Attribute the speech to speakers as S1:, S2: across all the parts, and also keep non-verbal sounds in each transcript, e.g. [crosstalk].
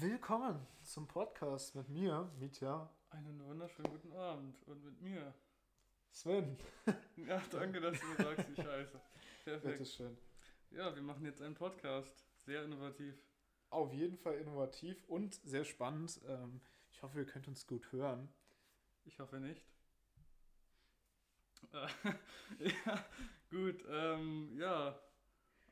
S1: Willkommen zum Podcast mit mir, Mitya,
S2: Einen wunderschönen guten Abend und mit mir.
S1: Sven.
S2: Ja, danke, dass du mir
S1: [laughs]
S2: sagst, die Scheiße. Perfekt.
S1: Bitteschön.
S2: Ja, wir machen jetzt einen Podcast. Sehr innovativ.
S1: Auf jeden Fall innovativ und sehr spannend. Ähm, Ich hoffe, ihr könnt uns gut hören.
S2: Ich hoffe nicht. Äh, [laughs] ja, gut, ähm, ja.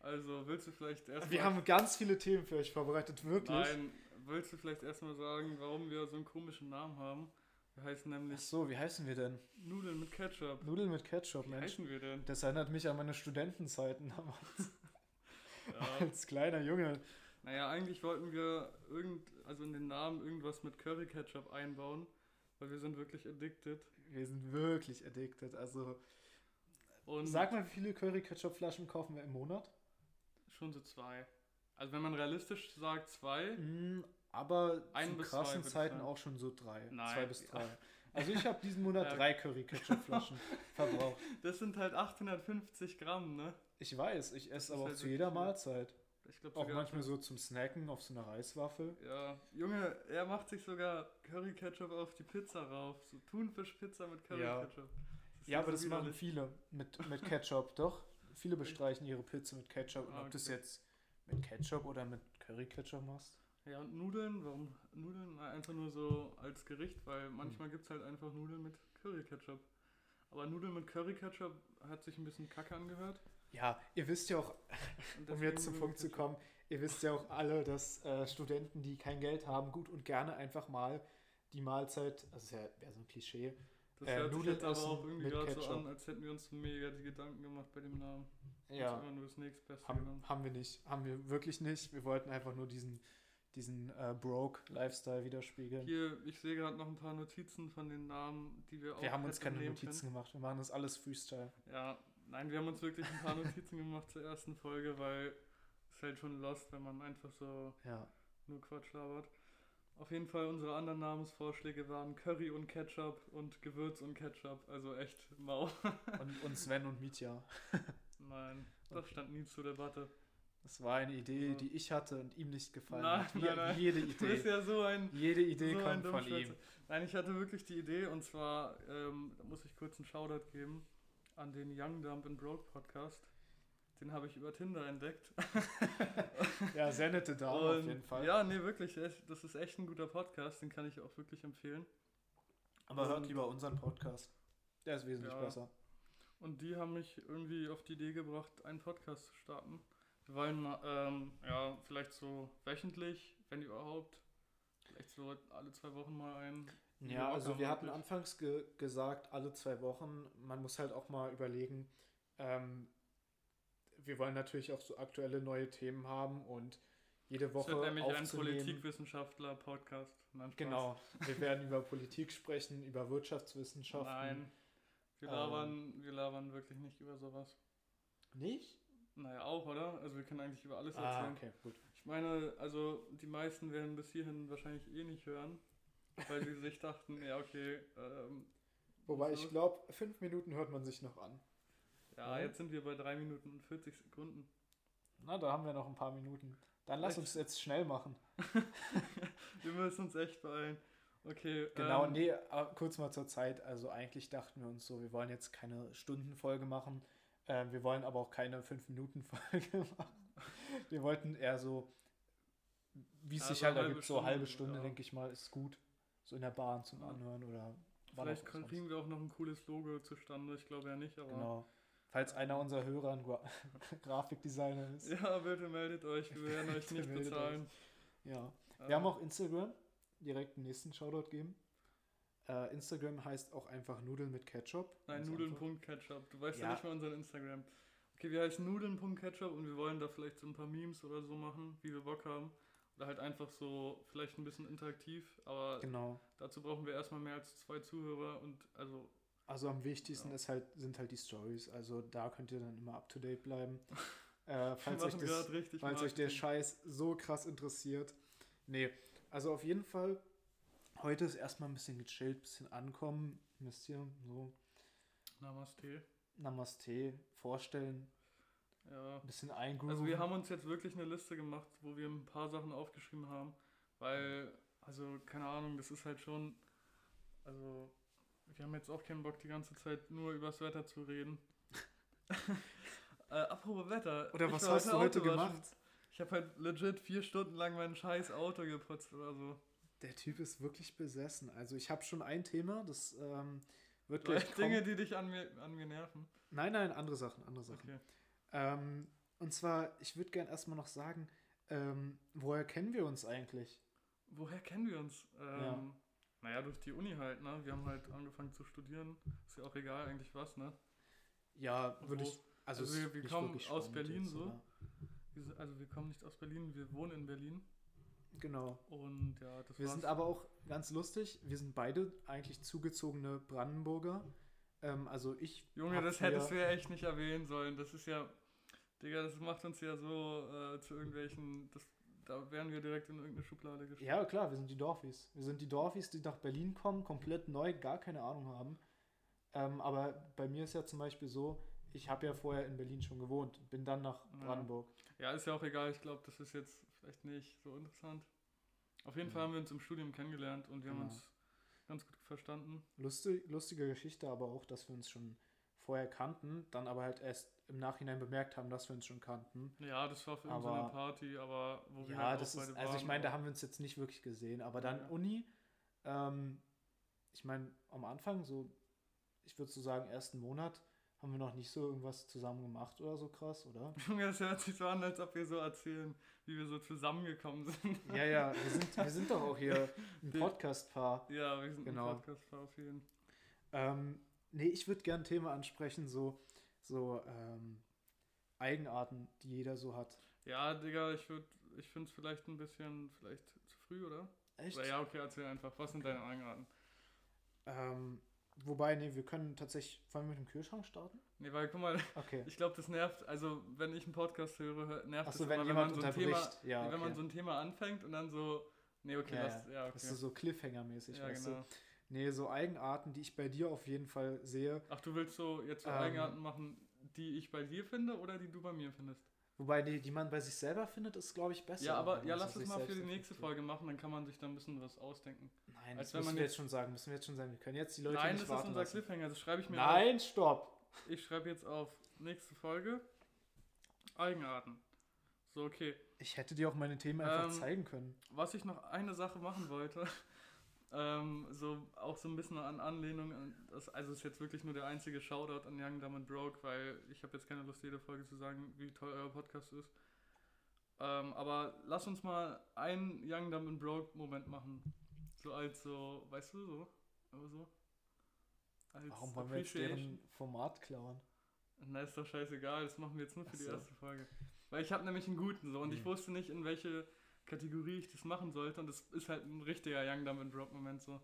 S2: Also, willst du vielleicht erstmal.
S1: Wir haben ganz viele Themen für euch vorbereitet, wirklich.
S2: Nein, willst du vielleicht erstmal sagen, warum wir so einen komischen Namen haben? Wir heißen
S1: Ach
S2: nämlich
S1: so, wie heißen wir denn?
S2: Nudeln mit Ketchup.
S1: Nudeln mit Ketchup,
S2: Wie
S1: Mensch.
S2: heißen
S1: [laughs]
S2: wir denn?
S1: Das erinnert mich an meine Studentenzeiten [laughs] damals,
S2: Ja.
S1: als kleiner Junge.
S2: Naja, eigentlich wollten wir irgend, also in den Namen irgendwas mit Curry Ketchup einbauen, weil wir sind wirklich addicted.
S1: Wir sind wirklich addicted. Also,
S2: Und
S1: sag mal, wie viele Curry-Ketchup-Flaschen kaufen wir im Monat?
S2: schon so zwei. Also wenn man realistisch sagt zwei,
S1: Mm, Aber
S2: Ein
S1: zu
S2: bis zwei,
S1: krassen
S2: würde ich
S1: Zeiten
S2: sagen.
S1: auch schon so drei.
S2: Nein.
S1: Zwei bis drei. Also ich habe diesen Monat
S2: [laughs] Ja.
S1: drei
S2: [laughs]
S1: Curry-Ketchup-Flaschen verbraucht.
S2: das sind halt 850 Gramm, ne?
S1: Ich weiß, ich
S2: ist
S1: esse aber auch
S2: halt
S1: zu jeder
S2: wirklich viel.
S1: Mahlzeit.
S2: Ich glaube
S1: Auch manchmal so zum Snacken auf so einer Reiswaffel.
S2: Ja, Junge, er macht sich sogar Curry Ketchup auf die Pizza rauf, so Thunfischpizza mit Curry
S1: Ja.
S2: Ketchup. ist
S1: Ja,
S2: so
S1: aber das machen
S2: widerlich.
S1: viele mit, mit Ketchup, doch. Viele bestreichen ihre Pizza mit Ketchup. Und
S2: Ah,
S1: ob du es
S2: okay.
S1: jetzt mit Ketchup oder mit Curry-Ketchup machst?
S2: Ja, und Nudeln, warum Nudeln? Na, Einfach nur so als Gericht, weil
S1: Mhm.
S2: manchmal gibt es halt einfach Nudeln mit Curry-Ketchup. Aber Nudeln mit Curry-Ketchup hat sich ein bisschen kacke angehört.
S1: Ja, ihr wisst ja auch,
S2: Und
S1: [laughs] um
S2: deswegen
S1: jetzt zum
S2: Nudeln
S1: Punkt
S2: mit
S1: zu
S2: Ketchup.
S1: kommen, ihr wisst ja auch alle, dass äh, Studenten, die kein Geld haben, gut und gerne einfach mal die Mahlzeit, also ist ja wäre so ein Klischee,
S2: Das
S1: äh,
S2: hört
S1: Nudeln
S2: sich jetzt aber
S1: essen
S2: auch irgendwie
S1: mit
S2: gerade so
S1: Ketchup.
S2: an, als hätten wir uns so mega die Gedanken gemacht bei dem Namen. Uns
S1: ja,
S2: immer nur das nächstbeste genommen.
S1: ähm, haben, haben wir nicht, haben wir wirklich nicht. Wir wollten einfach nur diesen, diesen äh, Broke-Lifestyle widerspiegeln.
S2: Hier, ich sehe gerade noch ein paar Notizen von den Namen, die wir auch
S1: wir haben uns
S2: hätten
S1: keine
S2: nehmen
S1: Notizen gemacht, wir machen das alles Freestyle.
S2: Können. Ja, nein, wir haben uns wirklich
S1: [laughs]
S2: ein paar Notizen gemacht zur ersten Folge, weil es ist halt schon lost, wenn man einfach so
S1: Ja,
S2: Nur Quatsch labert. Auf jeden Fall, unsere anderen Namensvorschläge waren Curry und Ketchup und Gewürz und Ketchup. Also echt mau.
S1: und, und Sven und Mitya.
S2: Nein, das stand nie zur Debatte.
S1: Das war eine Idee,
S2: Ja.
S1: die ich hatte und ihm nicht gefallen
S2: Nein,
S1: hat. Wie-
S2: nein, nein.
S1: Jede
S2: Du bist
S1: Idee,
S2: ja so ein,
S1: jede Idee
S2: so ein
S1: kommt von
S2: Dummschwätzer.
S1: ihm.
S2: Nein, ich hatte wirklich die Idee und zwar, ähm, da muss ich kurz einen Shoutout geben an den Young Dump and Broke Podcast. Den habe ich über Tinder entdeckt.
S1: Ja, sehr nette Dame auf
S2: Und-
S1: jeden Fall.
S2: Ja, nee, wirklich. echt, Das ist echt ein guter Podcast. Den kann ich auch wirklich empfehlen.
S1: Aber hört
S2: Und-
S1: lieber unseren Podcast. Der ist wesentlich
S2: Ja.
S1: besser.
S2: Und die haben mich irgendwie auf die Idee gebracht, einen Podcast zu starten. Wir wollen, ähm, ja, vielleicht so wöchentlich, wenn überhaupt. Vielleicht so alle zwei Wochen mal einen.
S1: Ja, also wir hatten
S2: wirklich.
S1: anfangs ge gesagt, alle zwei Wochen. Man muss halt auch mal überlegen, ähm, wir wollen natürlich auch so aktuelle neue Themen haben und jede
S2: Es
S1: Woche
S2: wird nämlich ein
S1: aufzunehmen.
S2: Politikwissenschaftler-Podcast. Nein, Spaß.
S1: Genau, wir werden über Politik sprechen, über Wirtschaftswissenschaften.
S2: Nein. Wir
S1: Ähm.
S2: labern, wir labern wirklich nicht über sowas.
S1: Nicht?
S2: Naja, auch, oder? Also wir können eigentlich über alles
S1: Ah,
S2: erzählen.
S1: okay, gut.
S2: Ich meine, also die meisten werden bis hierhin wahrscheinlich eh nicht hören, weil sie sich [laughs] dachten, ja, okay, ähm,
S1: Wobei
S2: Wieso?
S1: ich glaube, fünf Minuten hört man sich noch an.
S2: Ja,
S1: Mhm.
S2: jetzt sind wir bei 3 Minuten und 40 Sekunden.
S1: Na, da haben wir noch ein paar Minuten. Dann lass
S2: Echt?
S1: uns jetzt schnell machen.
S2: Wir müssen uns echt beeilen. Okay.
S1: Genau,
S2: ähm,
S1: nee, aber kurz mal zur Zeit. Also eigentlich dachten wir uns so, wir wollen jetzt keine Stundenfolge machen. Ähm, wir wollen aber auch keine 5-Minuten-Folge [laughs] machen. Wir wollten eher so, wie es
S2: Ja,
S1: sich
S2: so
S1: halt
S2: halbe
S1: ergibt, so halbe
S2: Stunde,
S1: Stunde,
S2: ja.
S1: denke ich mal, ist gut. So in der Bahn zum
S2: Ja.
S1: Anhören oder wann
S2: Vielleicht
S1: auch
S2: kann-
S1: sonst.
S2: kriegen wir auch noch ein cooles Logo zustande. Ich glaube ja nicht, aber.
S1: Genau. Falls einer unserer Hörer ein Gra [laughs] Grafikdesigner ist.
S2: Ja, bitte meldet euch. Wir werden
S1: [laughs]
S2: euch
S1: Bitte
S2: nicht
S1: meldet
S2: bezahlen.
S1: Ja.
S2: Ähm,
S1: Wir haben auch Instagram. Direkt den nächsten Shoutout geben. Äh, Instagram heißt auch einfach Nudeln mit Ketchup.
S2: Nein,
S1: Ganz einfach.
S2: Nudeln.ketchup. Du weißt ja.
S1: Ja.
S2: nicht mal unseren Instagram. Okay, wir heißen Nudeln.ketchup und wir wollen da vielleicht so ein paar Memes oder so machen, wie wir Bock haben. Oder halt einfach so, vielleicht ein bisschen interaktiv. Aber
S1: Genau.
S2: dazu brauchen wir erstmal mehr als zwei Zuhörer und also.
S1: Also am wichtigsten
S2: Ja.
S1: ist halt, sind halt die Stories. Also da könnt ihr dann immer up to date bleiben.
S2: [laughs]
S1: äh, falls
S2: wir
S1: euch,
S2: machen
S1: das,
S2: gerade richtig
S1: falls euch der
S2: Marketing.
S1: Scheiß so krass interessiert. Nee, also auf jeden Fall, heute ist erstmal ein bisschen gechillt, ein bisschen ankommen. Müsst ihr so
S2: Namaste.
S1: Namaste vorstellen,
S2: Ja.
S1: ein bisschen eingrooven.
S2: Also wir haben uns jetzt wirklich eine Liste gemacht, wo wir ein paar Sachen aufgeschrieben haben, Weil, also, keine Ahnung, das ist halt schon. Also, wir haben jetzt auch keinen Bock, die ganze Zeit nur übers Wetter
S1: [laughs]
S2: zu reden. äh, apropos Wetter.
S1: Oder
S2: ich
S1: was
S2: war
S1: hast du heute
S2: Autowaschen.
S1: gemacht?
S2: Ich habe halt legit vier Stunden lang mein scheiß Auto geputzt also, oder so.
S1: Der Typ ist wirklich besessen. Also ich habe schon ein Thema, das ähm, wird
S2: Weil
S1: gleich kommen.
S2: Dinge, die dich an mir, an mir nerven.
S1: Nein, nein, andere Sachen, andere Sachen.
S2: Okay.
S1: Ähm, und zwar, ich würde gern erstmal noch sagen, ähm, woher kennen wir uns eigentlich?
S2: Woher kennen wir uns? Ähm,
S1: Ja.
S2: Naja, durch die Uni halt, ne? Wir haben halt angefangen zu studieren. Ist ja auch egal eigentlich was, ne?
S1: Ja, würde
S2: Wo?
S1: ich. Also,
S2: Also
S1: es ist
S2: wir- wir
S1: nicht
S2: kommen
S1: wirklich
S2: aus
S1: spannend
S2: Berlin
S1: jetzt,
S2: so.
S1: aber-
S2: Wir sind- Also wir kommen nicht aus Berlin, wir wohnen in Berlin.
S1: Genau.
S2: Und ja, das
S1: Wir
S2: war's.
S1: sind aber auch ganz lustig. Wir sind beide eigentlich zugezogene Brandenburger. Ähm, also ich.
S2: Junge,
S1: hab
S2: das
S1: früher-
S2: hättest du ja echt nicht erwähnen sollen. Das ist ja. Digga, das macht uns ja so äh, zu irgendwelchen. Das, da wären wir direkt in irgendeine Schublade gestellt.
S1: Ja, klar, wir sind die Dorfis. Wir sind die Dorfis, die nach Berlin kommen, komplett neu, gar keine Ahnung haben. Ähm, aber bei mir ist ja zum Beispiel so, ich habe ja vorher in Berlin schon gewohnt, bin dann nach
S2: Ja.
S1: Brandenburg.
S2: Ja, ist ja auch egal. Ich glaube, das ist jetzt vielleicht nicht so interessant. Auf jeden
S1: Ja.
S2: Fall haben wir uns im Studium kennengelernt und wir haben
S1: Genau.
S2: uns ganz gut verstanden.
S1: Lustig, lustige Geschichte aber auch, dass wir uns schon vorher kannten, dann aber halt erst im Nachhinein bemerkt haben, dass wir uns schon kannten.
S2: Ja, das war für uns
S1: Aber-
S2: eine Party, aber wo wir
S1: Ja,
S2: halt
S1: das
S2: auch
S1: ist,
S2: beide
S1: also ich
S2: waren,
S1: meine, da
S2: aber-
S1: haben wir uns jetzt nicht wirklich gesehen, aber dann
S2: Ja.
S1: Uni, ähm, ich meine, am Anfang, so, ich würde so sagen, ersten Monat, haben wir noch nicht so irgendwas zusammen gemacht oder so krass, oder?
S2: [laughs] Junge, das hört sich so an, als ob wir so erzählen, wie wir so zusammengekommen sind.
S1: Ja, ja, wir sind, wir sind doch auch hier [laughs] ein Podcast-Paar.
S2: Ja, wir sind
S1: Genau.
S2: ein Podcast auf jeden
S1: Ähm, nee, ich würde gerne ein Thema ansprechen, so, so ähm, Eigenarten, die jeder so hat.
S2: Ja, Digga, ich würde, ich finde es vielleicht ein bisschen, vielleicht zu früh, oder?
S1: Echt?
S2: Oder ja, okay, erzähl einfach, was sind deine Eigenarten?
S1: Ähm, wobei, nee, wir können tatsächlich, wollen wir mit dem Kühlschrank starten?
S2: Nee, weil guck mal, [laughs]
S1: Okay.
S2: ich glaube, das nervt, also wenn ich einen Podcast höre, hör- nervt es
S1: Achso, wenn
S2: immer,
S1: jemand
S2: man so ein Thema,
S1: unterbricht. ja, okay.
S2: wenn man so ein Thema anfängt und dann so, nee, okay,
S1: Ja,
S2: lass, ja, okay.
S1: Das ist so Cliffhanger-mäßig,
S2: ja,
S1: weißt
S2: genau.
S1: du? Nee, so Eigenarten, die ich bei dir auf jeden Fall sehe.
S2: Ach, du willst so jetzt so
S1: Ähm,
S2: Eigenarten machen, die ich bei dir finde oder die du bei mir findest?
S1: Wobei, nee, die man bei sich selber findet, ist, glaube ich, besser.
S2: Ja, aber
S1: wenn
S2: ja,
S1: man
S2: lass
S1: so
S2: es
S1: sich
S2: mal für
S1: selbst
S2: die nächste
S1: reflektiert.
S2: Folge machen, dann kann man sich da ein bisschen was ausdenken.
S1: Nein,
S2: Als
S1: das
S2: wenn
S1: müssen
S2: man
S1: wir
S2: jetzt-
S1: jetzt schon sagen, müssen wir jetzt schon sagen. Wir können jetzt die Leute
S2: Nein,
S1: nicht
S2: das ist
S1: warten
S2: unser
S1: lassen.
S2: Cliffhanger, das schreibe ich mir auf.
S1: Nein, stopp!
S2: Ich schreibe jetzt auf nächste Folge Eigenarten. So, okay.
S1: Ich hätte dir auch meine Themen einfach
S2: Ähm,
S1: zeigen können.
S2: Was ich noch eine Sache machen wollte, [laughs] ähm, so auch so ein bisschen an Anlehnung, an das, also ist jetzt wirklich nur der einzige Shoutout an Young Dumb and Broke, weil ich habe jetzt keine Lust, jede Folge zu sagen, wie toll euer Podcast ist. Ähm, aber lass uns mal einen Young Dumb and Broke Moment machen. So als so, weißt du, so, aber so. Als
S1: Warum wollen wir jetzt
S2: Appreciation.
S1: deren Format klauen?
S2: Na, ist doch scheißegal, das machen wir jetzt nur für
S1: Ach
S2: die
S1: so.
S2: erste Folge. Weil ich habe nämlich einen guten so und ich
S1: Mhm.
S2: wusste nicht, in welche Kategorie ich das machen sollte und das ist halt ein richtiger Young Dumb and Drop Moment so.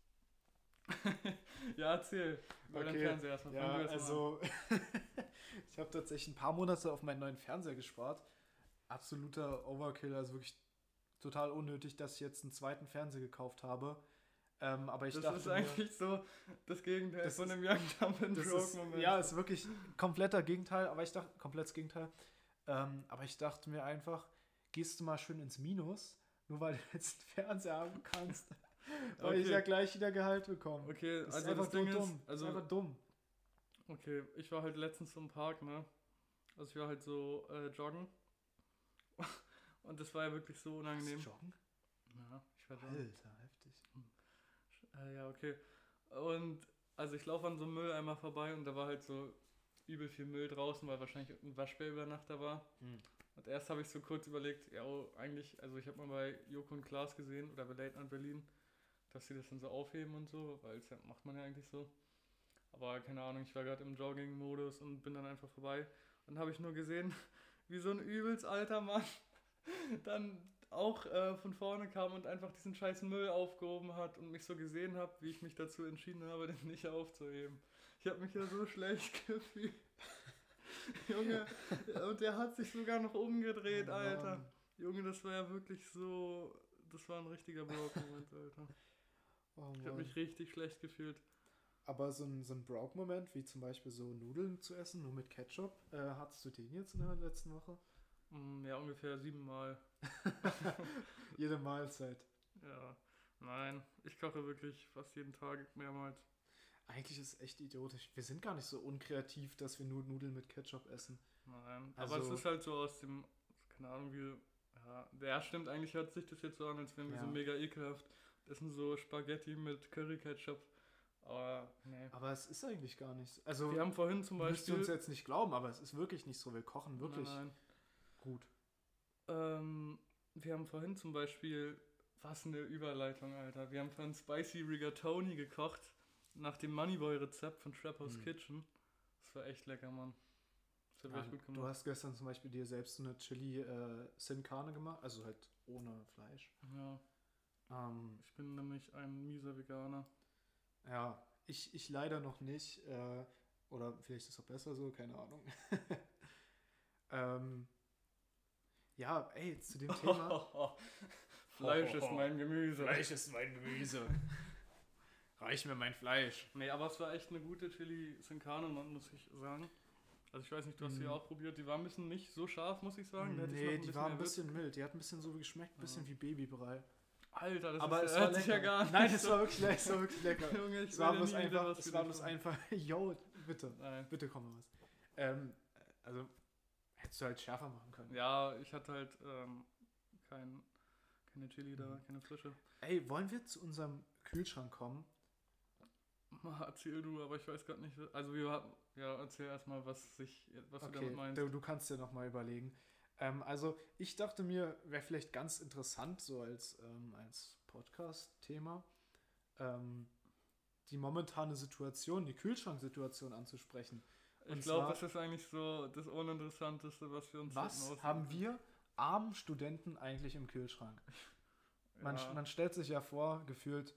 S2: [laughs] ja, erzähl. Über deinen
S1: Okay,
S2: Fernseher erstmal.
S1: Ja,
S2: Fang du erst mal an.
S1: also [laughs] ich habe tatsächlich ein paar Monate auf meinen neuen Fernseher gespart. Absoluter Overkill, also wirklich total unnötig, dass ich jetzt einen zweiten Fernseher gekauft habe. Ähm, aber ich
S2: das
S1: dachte
S2: ist
S1: mir-
S2: eigentlich so das Gegenteil
S1: Das
S2: von
S1: ist-
S2: einem Young Dumb and
S1: Das
S2: Drop
S1: ist,
S2: Moment.
S1: ja, ist wirklich kompletter Gegenteil, aber ich dachte, komplettes Gegenteil. Ähm, aber ich dachte mir einfach, gehst du mal schön ins Minus, nur weil du jetzt einen Fernseher haben
S2: [laughs]
S1: kannst. Weil ich
S2: Okay.
S1: ja gleich wieder Gehalt bekomme.
S2: okay,
S1: Das ist
S2: also
S1: einfach
S2: das Ding
S1: nur dumm.
S2: ist, also
S1: das ist einfach dumm.
S2: Okay, ich war halt letztens im Park, ne? Also ich war halt so äh, joggen. [laughs] Und das war ja wirklich so unangenehm.
S1: Joggen?
S2: Ja, ich war joggen.
S1: Alter, heftig.
S2: Äh, ja, okay. Und also ich laufe an so einem Mülleimer vorbei und da war halt so übel viel Müll draußen, weil wahrscheinlich ein Waschbär über Nacht da war.
S1: Hm.
S2: Und erst habe ich so kurz überlegt, ja, oh, eigentlich, also ich habe mal bei Joko und Klaas gesehen oder bei Late Night Berlin, dass sie das dann so aufheben und so, weil das ja, macht man ja eigentlich so. Aber keine Ahnung, ich war gerade im Jogging-Modus und bin dann einfach vorbei. Dann habe ich nur gesehen, [laughs] wie so ein übelst alter Mann [laughs] dann auch äh, von vorne kam und einfach diesen scheiß Müll aufgehoben hat und mich so gesehen hat, wie ich mich dazu entschieden habe, den nicht aufzuheben. Ich habe mich ja so schlecht [laughs] gefühlt. Junge, und der hat sich sogar noch umgedreht,
S1: Oh
S2: Alter.
S1: Mann.
S2: Junge, das war ja wirklich so. Das war ein richtiger Broke-Moment, Alter.
S1: Oh
S2: Ich habe
S1: Mann.
S2: mich richtig schlecht gefühlt.
S1: Aber so ein, so ein Broke-Moment, wie zum Beispiel so Nudeln zu essen, nur mit Ketchup, äh, hattest du den jetzt in der letzten Woche?
S2: Mm, Ja, ungefähr siebenmal.
S1: jede Mahlzeit.
S2: Ja, nein, ich koche wirklich fast jeden Tag mehrmals.
S1: Eigentlich ist es echt idiotisch. Wir sind gar nicht so unkreativ, dass wir nur Nudeln mit Ketchup essen.
S2: Nein, aber
S1: Also-
S2: es ist halt so aus dem, keine Ahnung, wie, ja, ja, stimmt, eigentlich hört sich das jetzt so an, als wären wir so
S1: Ja.
S2: mega ekelhaft. Das sind so Spaghetti mit Curry-Ketchup. Aber, nee.
S1: Aber es ist eigentlich gar nicht so. Also,
S2: Wir haben vorhin zum
S1: müsst ihr
S2: Beispiel.
S1: uns jetzt nicht glauben, aber es ist wirklich nicht so. Wir kochen wirklich
S2: Nein, nein.
S1: gut.
S2: Ähm, wir haben vorhin zum Beispiel, was eine Überleitung, Alter. Wir haben vorhin Spicy Rigatoni gekocht, nach dem Moneyboy-Rezept von Trapper's
S1: Hm.
S2: Kitchen. Das war echt lecker, Mann. Das hat
S1: Ja,
S2: echt gut
S1: du
S2: gemacht.
S1: hast gestern zum Beispiel dir selbst so eine Chili äh, Sin Carne gemacht, also halt ohne Fleisch.
S2: Ja,
S1: Ähm,
S2: ich bin nämlich ein mieser Veganer.
S1: Ja, ich, ich leider noch nicht. Äh, oder vielleicht ist es auch besser so, keine Ahnung. [laughs] ähm, ja, ey, zu dem Thema. [laughs]
S2: [laughs] Fleisch
S1: Ho, ho,
S2: ist
S1: ho.
S2: mein Gemüse.
S1: ist mein Gemüse. [laughs] Reich mir mein Fleisch.
S2: Nee, aber es war echt eine gute Chili Sin Carne, Mann, muss ich sagen. Also ich weiß nicht, du hast sie
S1: Mhm.
S2: auch probiert. Die war ein bisschen nicht so scharf, muss ich sagen. Da hätte ich noch
S1: nee, die war ein
S2: mehr Würze-
S1: bisschen mild. Die hat ein bisschen so geschmeckt, ein bisschen wie Babybrei.
S2: Alter, das
S1: Aber
S2: ist,
S1: es
S2: hört
S1: war
S2: sich ja
S1: lecker.
S2: gar nicht
S1: Nein, es
S2: so-
S1: war wirklich, lecker, es war wirklich lecker.
S2: [laughs] Junge, ich
S1: Es
S2: will
S1: war
S2: ja
S1: bloß
S2: nie wieder
S1: einfach,
S2: was
S1: es
S2: für
S1: war
S2: dich
S1: bloß
S2: machen.
S1: einfach, [laughs] yo, bitte,
S2: Nein.
S1: bitte komm mal was. Ähm, also, hättest du halt schärfer machen können.
S2: Ja, ich hatte halt ähm, kein, keine Chili da,
S1: Mhm.
S2: keine Frische. [laughs]
S1: Ey, wollen wir zu unserem Kühlschrank kommen?
S2: Mal Erzähl du, aber ich weiß gerade nicht. Also wir haben, ja, erzähl erstmal, was sich, was du damit
S1: Okay,
S2: meinst.
S1: du, du kannst dir nochmal überlegen. Ähm, also, ich dachte mir, wäre vielleicht ganz interessant, so als, ähm, als Podcast-Thema, ähm, die momentane Situation, die Kühlschranksituation anzusprechen.
S2: ich
S1: und
S2: glaube,
S1: zwar-
S2: das ist eigentlich so das Uninteressanteste, was wir uns
S1: Was
S2: hätten
S1: haben
S2: aussuchen
S1: wir armen Studenten eigentlich im Kühlschrank?
S2: können.
S1: Man,
S2: Ja.
S1: man stellt sich ja vor, gefühlt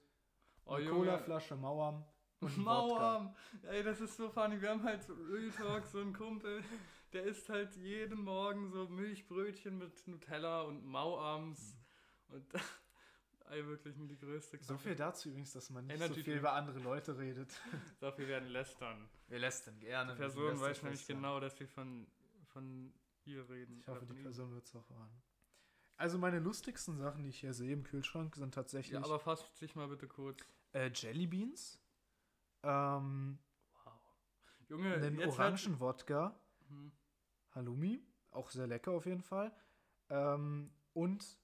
S2: Oh,
S1: eine
S2: Junge.
S1: Cola-Flasche Mauern
S2: [laughs]
S1: und ein Wodka.
S2: Mauern! Ey, das ist so funny. Wir haben halt so Real Talk, so einen Kumpel, der isst halt jeden Morgen so Milchbrötchen mit Nutella und Mauams. Und [laughs] ey, wirklich nur die größte
S1: Mhm. So viel dazu übrigens, dass man nicht so
S2: Energy
S1: viel
S2: Drink.
S1: über andere Leute redet.
S2: So viel werden lästern.
S1: Wir lästern gerne.
S2: Die Person weiß nämlich genau, dass wir von, von ihr reden.
S1: Ich hoffe,
S2: Oder
S1: die
S2: von ihm.
S1: Person wird es auch hören. Also meine lustigsten Sachen, die ich hier sehe im Kühlschrank, sind tatsächlich
S2: Ja, aber fass dich mal bitte kurz.
S1: äh, Jellybeans, ähm,
S2: Wow. Junge,
S1: einen
S2: jetzt
S1: orangen Wodka,
S2: Halt, Hm.
S1: Halloumi, auch sehr lecker auf jeden Fall, ähm, und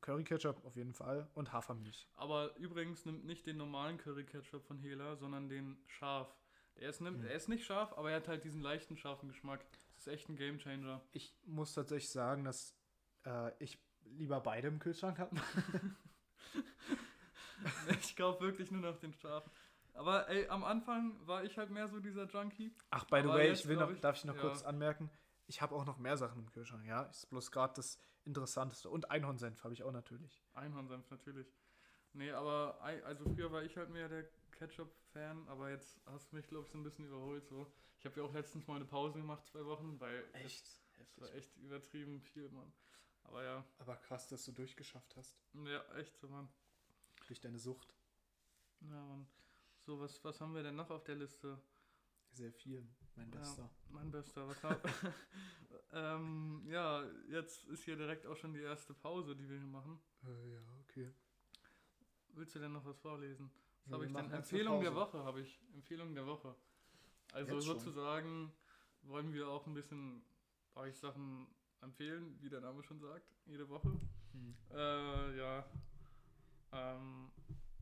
S1: Curry Ketchup auf jeden Fall und Hafermilch.
S2: aber übrigens nimmt nicht den normalen Curry Ketchup von Hela, sondern den scharf. Der ist, nimmt,
S1: Hm.
S2: er ist nicht scharf, aber er hat halt diesen leichten, scharfen Geschmack. Das ist echt ein Gamechanger.
S1: Ich muss tatsächlich sagen, dass äh, ich lieber beide im Kühlschrank habe.
S2: [laughs] ich kaufe wirklich nur noch den scharfen. Aber ey, am Anfang war ich halt mehr so dieser Junkie.
S1: Ach, by the
S2: Aber
S1: way,
S2: jetzt
S1: ich will
S2: glaub
S1: noch,
S2: ich-
S1: darf ich noch
S2: ja.
S1: kurz anmerken, ich habe auch noch mehr Sachen im Kühlschrank, ja. Ist bloß gerade das Interessanteste. Und Einhornsenf habe ich auch natürlich.
S2: Einhornsenf natürlich. Nee, aber ei- also früher war ich halt mehr der Ketchup-Fan, aber jetzt hast du mich, glaube ich, so ein bisschen überholt. So. Ich habe ja auch letztens mal eine Pause gemacht, zwei Wochen, weil
S1: Echt?
S2: es war echt übertrieben viel, Mann. Aber ja,
S1: Aber krass, dass du durchgeschafft hast.
S2: ja, echt so, Mann.
S1: Durch deine Sucht.
S2: Ja, Mann. So, was, was haben wir denn noch auf der Liste?
S1: Sehr viel, mein
S2: Ja.
S1: Bester.
S2: Mein Bester, was
S1: [laughs]
S2: hab... ähm, ja, jetzt ist hier direkt auch schon die erste Pause, die wir hier machen.
S1: Äh, ja, okay.
S2: Willst du denn noch was vorlesen? Was
S1: Ja,
S2: habe
S1: wir
S2: ich denn?
S1: machen jetzt eine
S2: Empfehlung der
S1: Pause.
S2: Woche habe ich. Empfehlung der Woche. Also
S1: Jetzt schon?
S2: sozusagen wollen wir auch ein bisschen euch Sachen empfehlen, wie der Name schon sagt, jede Woche.
S1: Hm.
S2: Äh, ja. Ähm,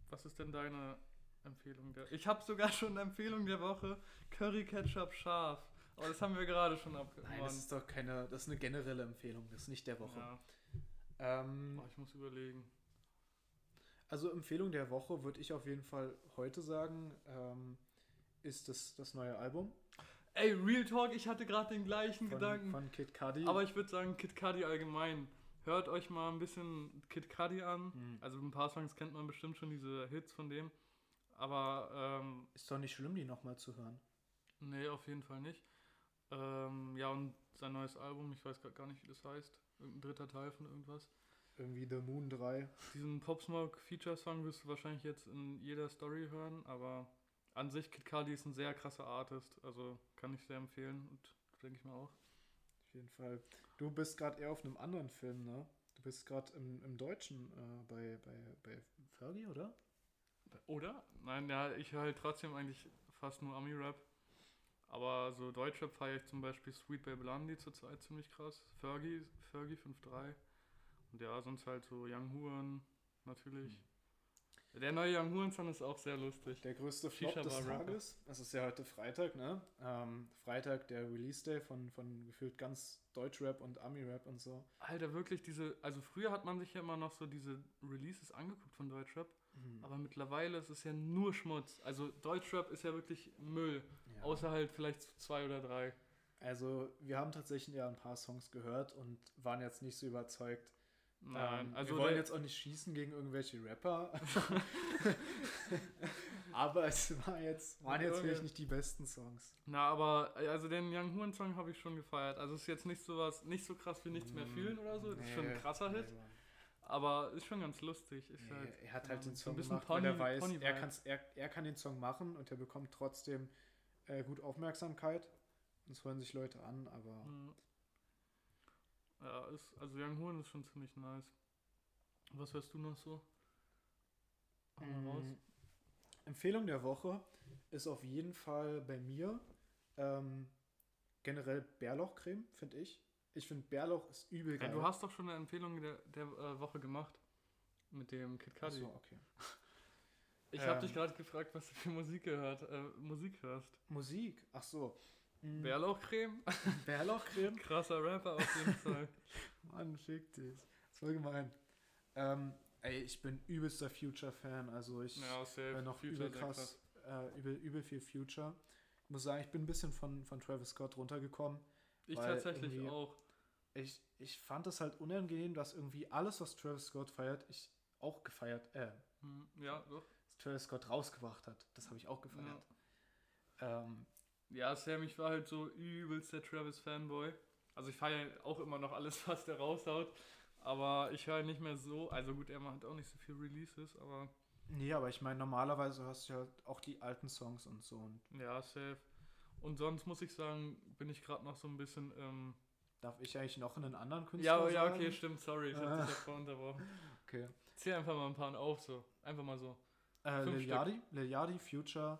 S2: was ist denn deine Empfehlung der Ich habe sogar schon eine Empfehlung der Woche. Curry Ketchup scharf. Aber das haben wir gerade schon abgemacht.
S1: Nein, das ist doch keine, das ist eine generelle Empfehlung, das ist nicht der Woche.
S2: Ja.
S1: Ähm,
S2: Boah, ich muss überlegen.
S1: also Empfehlung der Woche würde ich auf jeden Fall heute sagen, ähm, ist das, das neue Album
S2: Ey, Real Talk, ich hatte gerade den gleichen
S1: von,
S2: Gedanken.
S1: von Kid Cudi.
S2: Aber ich würde sagen, Kid Cudi allgemein. Hört euch mal ein bisschen Kid Cudi an.
S1: Hm.
S2: Also ein paar Songs kennt man bestimmt schon, diese Hits von dem. Aber ähm,
S1: Ist doch nicht schlimm, die nochmal zu hören.
S2: nee, auf jeden Fall nicht. Ähm, ja, und sein neues Album, ich weiß gerade gar nicht, wie das heißt. Irgendein dritter Teil von irgendwas.
S1: Irgendwie The Moon 3.
S2: Diesen Pop Smoke Feature Song wirst du wahrscheinlich jetzt in jeder Story hören, aber an sich Kid Cudi ist ein sehr krasser Artist, also kann ich sehr empfehlen und denke ich mal auch.
S1: Auf jeden Fall. Du bist gerade eher auf einem anderen Film, ne? Du bist gerade im, im Deutschen äh, bei, bei, bei Fergie, oder?
S2: Oder? Nein, ja, ich höre halt trotzdem eigentlich fast nur Ami-Rap. Aber so Deutschrap feiere ich zum Beispiel Sweet Baby Blondie zurzeit ziemlich krass. Fergie, Fergie 5.3. Und ja, sonst halt so Young Huren, natürlich.
S1: Mhm.
S2: Der neue Young Huren-Song ist auch sehr lustig.
S1: Der größte Flop
S2: Shisha
S1: des
S2: Bar Rapper.
S1: Tages. Es ist ja heute Freitag, ne? Ähm, Freitag, der Release Day von, von gefühlt ganz Deutschrap und Ami-Rap und so.
S2: Alter, wirklich diese, also früher hat man sich ja immer noch so diese Releases angeguckt von Deutschrap,
S1: Mhm. Hm,
S2: aber mittlerweile ist es ja nur Schmutz. Also Deutschrap ist ja wirklich Müll,
S1: Ja.
S2: außer halt vielleicht so zwei oder drei.
S1: Also, wir haben tatsächlich ja ein paar Songs gehört und waren jetzt nicht so überzeugt.
S2: Nein,
S1: ähm,
S2: also
S1: wir wollen
S2: der-
S1: jetzt auch nicht schießen gegen irgendwelche Rapper. [laughs] Aber es war jetzt, waren jetzt vielleicht nicht die besten Songs.
S2: Na, aber äh, also den Young Huren Song habe ich schon gefeiert. Also ist jetzt nicht so was, nicht so krass wie nichts mehr
S1: Mm,
S2: fühlen oder so. Das ist schon ein
S1: nee,
S2: krasser Hit,
S1: nee, Mann.
S2: aber ist schon ganz lustig. Ist
S1: Nee,
S2: halt,
S1: er hat
S2: keine
S1: halt den
S2: Ahnung, so
S1: Song
S2: ein bisschen
S1: gemacht, weil er
S2: Pony-
S1: weiß, er,
S2: Pony-Vibe.
S1: kann's, er, er kann den Song machen und er bekommt trotzdem äh, gut Aufmerksamkeit. Und es hören sich Leute an, aber
S2: Mhm. Ja, ist, also Young Horn ist schon ziemlich nice. Was hörst du noch so? Hau mal raus.
S1: Mm, Empfehlung der Woche ist auf jeden Fall bei mir ähm, generell Bärlauchcreme, finde ich. Ich finde Bärlauch ist übel
S2: Ja,
S1: geil.
S2: du hast doch schon eine Empfehlung der, der äh, Woche gemacht. Mit dem Kid
S1: Ach
S2: Cudi.
S1: so, okay.
S2: Ich habe dich
S1: Ähm.
S2: gerade gefragt, was du für Musik gehört, äh, Musik hörst.
S1: Musik, ach so. Mm,
S2: Bärlauchcreme? [laughs]
S1: Bärlauchcreme?
S2: Krasser Rapper auf jeden Fall.
S1: [laughs] Mann, fick dich. Das war gemein. Ähm, ey, ich bin übelster Future-Fan, also ich
S2: ja, safe.
S1: höre noch
S2: Future
S1: übel
S2: sehr
S1: krass, Äh, übel, übel viel Future. Ich muss sagen, ich bin ein bisschen von, von Travis Scott runtergekommen.
S2: Ich
S1: weil
S2: tatsächlich
S1: irgendwie-
S2: auch.
S1: ich, ich fand es halt unangenehm, dass irgendwie alles, was Travis Scott feiert, ich auch gefeiert, äh,
S2: Hm, Ja, doch.
S1: Travis Scott rausgebracht hat. Das habe ich auch gefeiert. Ähm,
S2: Ja, Sam, ich war halt so übelst der Travis-Fanboy. Also ich feiere auch immer noch alles, [laughs] was der raushaut. Aber ich höre nicht mehr so. Also gut, er macht auch nicht so viel Releases, aber
S1: nee, aber ich meine, normalerweise hörst du ja auch die alten Songs und so. Und
S2: ja, safe. Und sonst muss ich sagen, bin ich gerade noch so ein bisschen. Ähm,
S1: darf ich eigentlich noch einen anderen Künstler
S2: ja, oh ja,
S1: sagen?
S2: okay, stimmt, sorry, ich hab
S1: Ah.
S2: dich davor unterbrochen.
S1: okay.
S2: Zähl einfach mal ein paar auf, so. Einfach mal so.
S1: Äh,
S2: Fünf
S1: Lil Yachty, Lil Yachty, Future,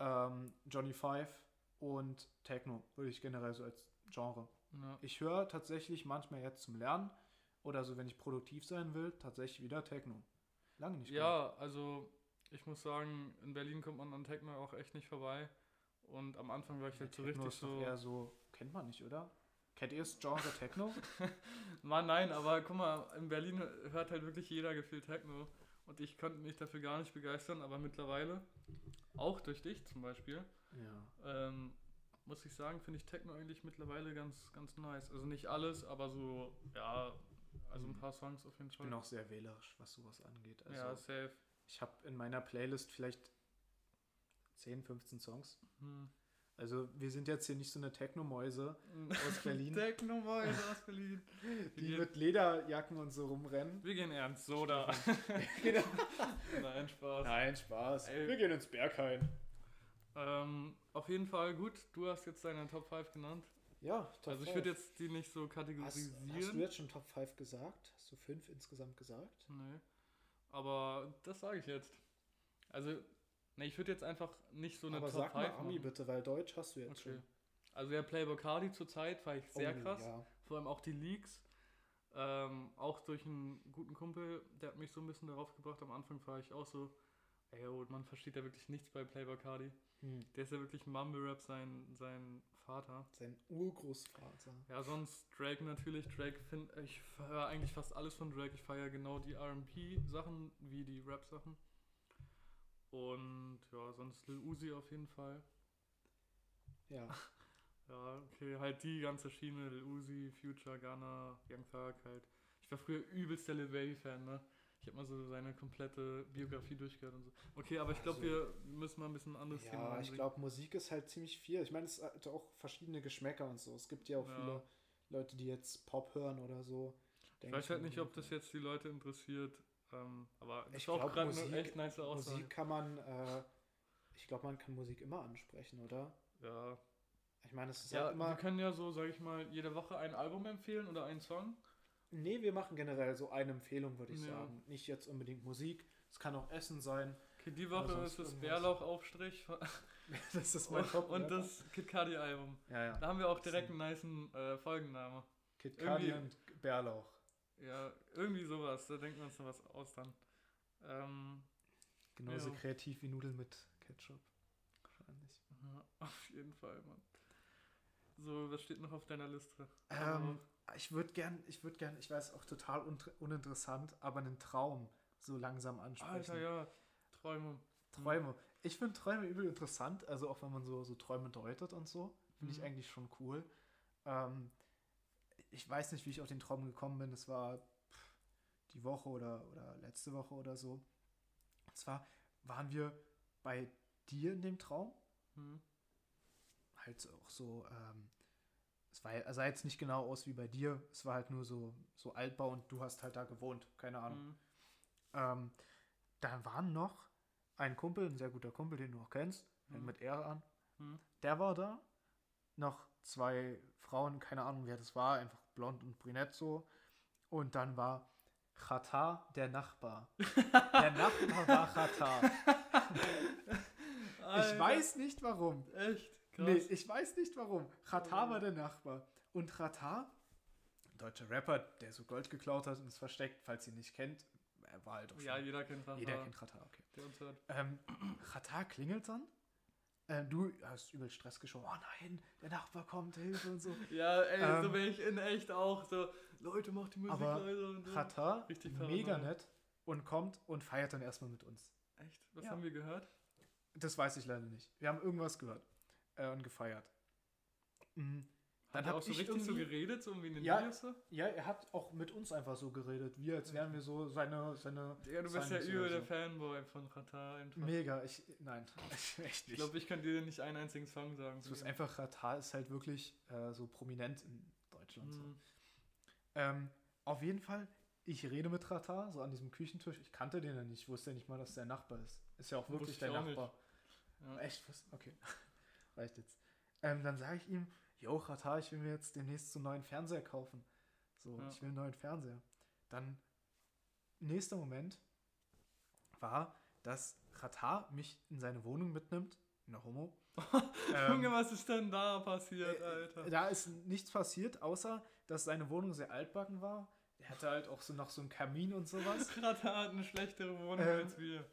S1: ähm, Johnny Five und Techno würde ich generell so als Genre.
S2: Ja,
S1: Ich höre tatsächlich manchmal jetzt zum Lernen oder so, wenn ich produktiv sein will, tatsächlich wieder Techno. Lange nicht gehört.
S2: ja also ich muss sagen, in Berlin kommt man an Techno auch echt nicht vorbei. Und am Anfang war ich
S1: Ja,
S2: halt so
S1: Techno ist
S2: richtig
S1: doch
S2: so.
S1: eher so, kennt man nicht, oder? Kennt ihr das Genre Techno?
S2: Mann, nein, aber guck mal, in Berlin hört halt wirklich jeder gefühlt Techno. Und ich konnte mich dafür gar nicht begeistern, aber mittlerweile, auch durch dich zum Beispiel,
S1: [laughs] ja.
S2: ähm, muss ich sagen, finde ich Techno eigentlich mittlerweile ganz, ganz nice. Also nicht alles, aber so, ja, also
S1: Mhm.
S2: ein paar Songs auf jeden
S1: Ich bin
S2: Fall.
S1: auch sehr wählerisch, was sowas angeht. Genau. Also
S2: ja, safe.
S1: ich habe in meiner Playlist vielleicht 10, 15 Songs.
S2: Hm.
S1: Also wir sind jetzt hier nicht so eine Techno-Mäuse
S2: [laughs]
S1: aus Berlin,
S2: Techno Boys aus Berlin.
S1: die
S2: Wir gehen,
S1: mit Lederjacken und so rumrennen.
S2: wir gehen
S1: [laughs]
S2: ernst, Soda.
S1: Genau.
S2: [laughs] Nein, Spaß.
S1: Nein, Spaß.
S2: Ey.
S1: Wir gehen ins Berghain.
S2: Ähm, auf jeden Fall gut, du hast jetzt deine Top 5 genannt.
S1: Ja, Top
S2: also ich würde
S1: five.
S2: jetzt die nicht so
S1: Hast,
S2: kategorisieren.
S1: hast du jetzt schon Top 5 gesagt? Hast du 5 insgesamt gesagt?
S2: Nee. Aber das sage ich jetzt. Also, nee, ich würde jetzt einfach nicht so eine
S1: Aber
S2: Top
S1: sag mal
S2: 5
S1: Ami
S2: machen.
S1: bitte, weil Deutsch hast du jetzt
S2: Okay.
S1: schon.
S2: Also der Playboy Cardi zurzeit war ich sehr
S1: Oh,
S2: krass.
S1: Ja.
S2: Vor allem auch die Leaks. Ähm, auch durch einen guten Kumpel, der hat mich so ein bisschen darauf gebracht. Am Anfang war ich auch so, ey, oh, man versteht da wirklich nichts bei Playboy Cardi.
S1: Hm.
S2: Der ist ja wirklich Mumble Rap sein, sein Vater.
S1: Sein Urgroßvater.
S2: Ja, sonst Drake natürlich. Drake find, ich höre eigentlich fast alles von Drake. Ich feiere genau die RB-Sachen wie die Rap-Sachen. Und ja, sonst Lil Uzi auf jeden Fall.
S1: Ja.
S2: Ja, okay, halt die ganze Schiene. Lil Uzi, Future, Ghana, Young Thug halt. Ich war früher übelst der Lil Baby-Fan, ne? Ich habe mal so seine komplette Biografie durchgehört und so. Okay, aber ich glaube,
S1: Also-
S2: wir müssen mal ein bisschen ein anderes Thema
S1: Ja, ich
S2: anbringen.
S1: glaube, Musik ist halt ziemlich viel. Ich meine, es hat auch verschiedene Geschmäcker und so. Es gibt ja auch
S2: Ja.
S1: viele Leute, die jetzt Pop hören oder so.
S2: Ich
S1: Denk
S2: weiß halt
S1: mal,
S2: nicht, ob das jetzt die Leute interessiert. Ähm, aber das
S1: Ich
S2: war auch
S1: glaub,
S2: gerade
S1: Musik-
S2: eine echt nice Aussage.
S1: Musik kann man, äh, ich glaube, man kann Musik immer ansprechen, oder?
S2: Ja,
S1: Ich meine, es ist
S2: Ja,
S1: halt
S2: wir
S1: immer.
S2: können ja so, sag ich mal, jede Woche ein Album empfehlen oder einen Song.
S1: Nee, wir machen generell so eine Empfehlung, würde ich
S2: Ja.
S1: sagen. Nicht jetzt unbedingt Musik. Es kann auch Essen sein. [laughs]
S2: Okay, die
S1: Oder
S2: Woche
S1: sonst
S2: ist es
S1: irgendwas.
S2: Bärlauchaufstrich
S1: Das ist
S2: [laughs]
S1: mein Top.
S2: und das Kid Cudi Album.
S1: Ja, ja.
S2: Da haben wir auch direkt einen niceen äh, Folgenname.
S1: Kid Cudi
S2: irgendwie-
S1: und Bärlauch.
S2: Ja, irgendwie sowas. Da denken wir uns noch was aus dann. Ähm,
S1: Genauso
S2: [laughs] Ja.
S1: Genau, kreativ wie Nudeln mit Ketchup. Wahrscheinlich.
S2: ja, auf jeden Fall, Mann. So, was steht noch auf deiner Liste?
S1: Ähm, ich würde gern, ich würde gern, ich weiß auch total un uninteressant, aber einen Traum so langsam ansprechen.
S2: Alter, ja. Träume.
S1: Träume. Ich finde Träume übel interessant, also auch wenn man so, so Träume deutet und so, finde ich
S2: Mhm.
S1: eigentlich schon cool. Ähm, ich weiß nicht, wie ich auf den Traum gekommen bin. Es war pff, die Woche oder, oder letzte Woche oder so. Und zwar waren wir bei dir in dem Traum
S2: Hm.
S1: halt auch so, ähm, es war, ja- sah jetzt nicht genau aus wie bei dir, es war halt nur so, so Altbau und du hast halt da gewohnt, keine Ahnung.
S2: Hm.
S1: Ähm, da waren noch ein Kumpel, ein sehr guter Kumpel, den du auch kennst, fängt
S2: Mhm.
S1: mit Ehre an,
S2: Mhm.
S1: der war da, noch zwei Frauen, keine Ahnung wer das war, einfach blond und brünett so und dann war Chata der Nachbar.
S2: [laughs]
S1: Der Nachbar war Chata. Ich
S2: Alter,
S1: weiß nicht warum.
S2: Echt? Krass.
S1: Nee, ich weiß nicht warum. Chata
S2: Oh.
S1: war der Nachbar. Und Chata, ein deutscher Rapper, der so Gold geklaut hat und es versteckt, falls ihr ihn nicht kennt, er war halt auch
S2: ja,
S1: schon.
S2: jeder kennt das.
S1: Jeder kennt Chata, okay.
S2: der uns hört.
S1: Ähm, Chata klingelt dann. Ähm, du hast übel Stress geschoben. Oh nein, der Nachbar kommt, Hilfe und so.
S2: Ja, ey, so
S1: Ähm,
S2: bin ich in echt auch. So, Leute, macht die Musik
S1: aber
S2: leiser und so.
S1: Chata,
S2: Richtig
S1: mega
S2: paranoid.
S1: nett und kommt und feiert dann erstmal mit uns.
S2: Echt? Was
S1: Ja.
S2: haben wir gehört?
S1: Das weiß ich leider nicht. Wir haben irgendwas gehört äh, und gefeiert. Mhm. Dann
S2: Hat er
S1: hab
S2: auch so
S1: ich
S2: richtig so
S1: irgendwie-
S2: geredet, so irgendwie in den
S1: Ja.
S2: Videos so?
S1: Ja, er hat auch mit uns einfach so geredet. Wir, als wären wir so seine, seine
S2: Ja, du bist ja
S1: Silence
S2: übel
S1: oder
S2: der
S1: so.
S2: Fanboy von Rata einfach.
S1: Mega, ich. Nein, [laughs] echt
S2: Ich
S1: nicht.
S2: glaube, ich kann dir nicht einen einzigen Song sagen.
S1: es ist einfach, Ratar ist halt wirklich äh, so prominent in Deutschland. So.
S2: Mhm.
S1: Ähm, auf jeden Fall, ich rede mit Ratar, so an diesem Küchentisch. Ich kannte den ja nicht, ich wusste ja nicht mal, dass der Nachbar ist. Ist ja auch
S2: Wusste
S1: wirklich
S2: ich
S1: der
S2: auch nicht.
S1: Nachbar.
S2: Ja.
S1: Echt? Was? Okay. [laughs] Reicht jetzt. Ähm, dann sage ich ihm, yo, Ratar, ich will mir jetzt demnächst so einen neuen Fernseher kaufen. So,
S2: Ja.
S1: ich will einen neuen Fernseher. Dann, nächster Moment war, dass Ratar mich in seine Wohnung mitnimmt, eine Homo.
S2: [laughs] Junge,
S1: ähm,
S2: was ist denn da passiert,
S1: äh,
S2: Alter?
S1: da ist nichts passiert, außer, dass seine Wohnung sehr altbacken war. Er hatte halt auch so noch so einen Kamin und sowas.
S2: Rata hat eine schlechtere Wohnung
S1: Ähm,
S2: als wir.